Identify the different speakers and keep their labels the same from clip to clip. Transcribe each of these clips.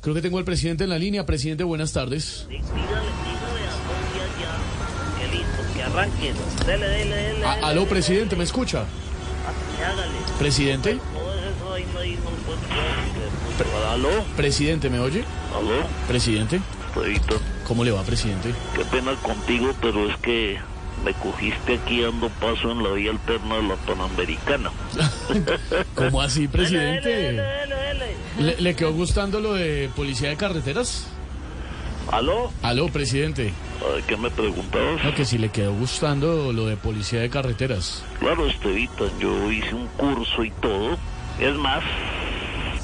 Speaker 1: Creo que tengo al presidente en la línea. Presidente, buenas tardes.
Speaker 2: Arranquen, dele, dele, dele.
Speaker 1: A- aló, presidente, ¿me escucha?
Speaker 2: Hágale.
Speaker 1: Presidente,
Speaker 2: Todo eso ahí no hizo un buen trabajo. Aló,
Speaker 1: presidente, ¿me oye?
Speaker 2: aló,
Speaker 1: Presidente,
Speaker 2: Fredito.
Speaker 1: ¿cómo le va, presidente?
Speaker 2: Qué pena contigo, pero es que me cogiste aquí dando paso en la vía alterna de la Panamericana.
Speaker 1: ¿Cómo así, presidente?
Speaker 2: Dele, dele, dele.
Speaker 1: ¿Le, le quedó gustando lo de policía de carreteras?
Speaker 2: ¿Aló?
Speaker 1: Aló, presidente.
Speaker 2: Ay, ¿Qué me preguntabas?
Speaker 1: No, que si le quedó gustando lo de policía de carreteras.
Speaker 2: Claro, Estevita, yo hice un curso y todo. Es más,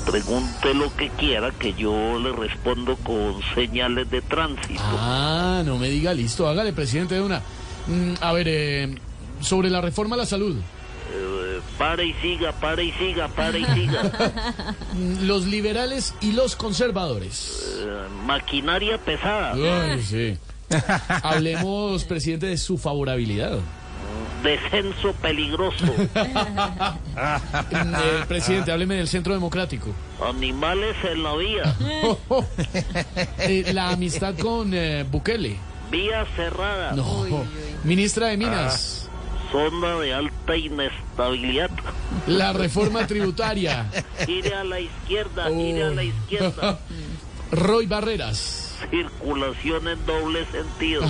Speaker 2: pregunte lo que quiera que yo le respondo con señales de tránsito.
Speaker 1: Ah, no me diga, listo, hágale, presidente, de una. Mm, a ver, eh, sobre la reforma a la salud.
Speaker 2: Eh, para y siga, para y siga, para y siga.
Speaker 1: Mm, Los liberales y los conservadores.
Speaker 2: Eh, maquinaria pesada,
Speaker 1: Ay, sí. Hablemos, presidente, de su favorabilidad.
Speaker 2: descenso peligroso,
Speaker 1: Mm, eh, presidente, hábleme del Centro Democrático.
Speaker 2: animales en la vía,
Speaker 1: Eh, la amistad con eh, Bukele.
Speaker 2: vía cerrada,
Speaker 1: No. Ministra de Minas.
Speaker 2: zona de alta inestabilidad.
Speaker 1: La reforma tributaria.
Speaker 2: Gire a la izquierda,
Speaker 1: Oh.
Speaker 2: gire a la izquierda,
Speaker 1: Roy Barreras.
Speaker 2: circulación en doble sentido.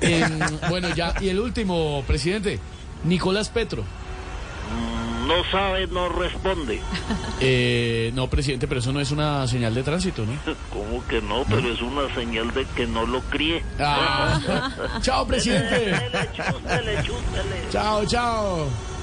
Speaker 1: Em, bueno, ya. Y el último, presidente. Nicolás Petro.
Speaker 2: Mm, No sabe, no responde.
Speaker 1: Eh, no, presidente, pero eso no es una señal de tránsito, ¿no?
Speaker 2: ¿Cómo que no? Pero es una señal de que no lo críe.
Speaker 1: Ah. chao, presidente.
Speaker 2: Chústele, chústele, chústele.
Speaker 1: Chao, chao.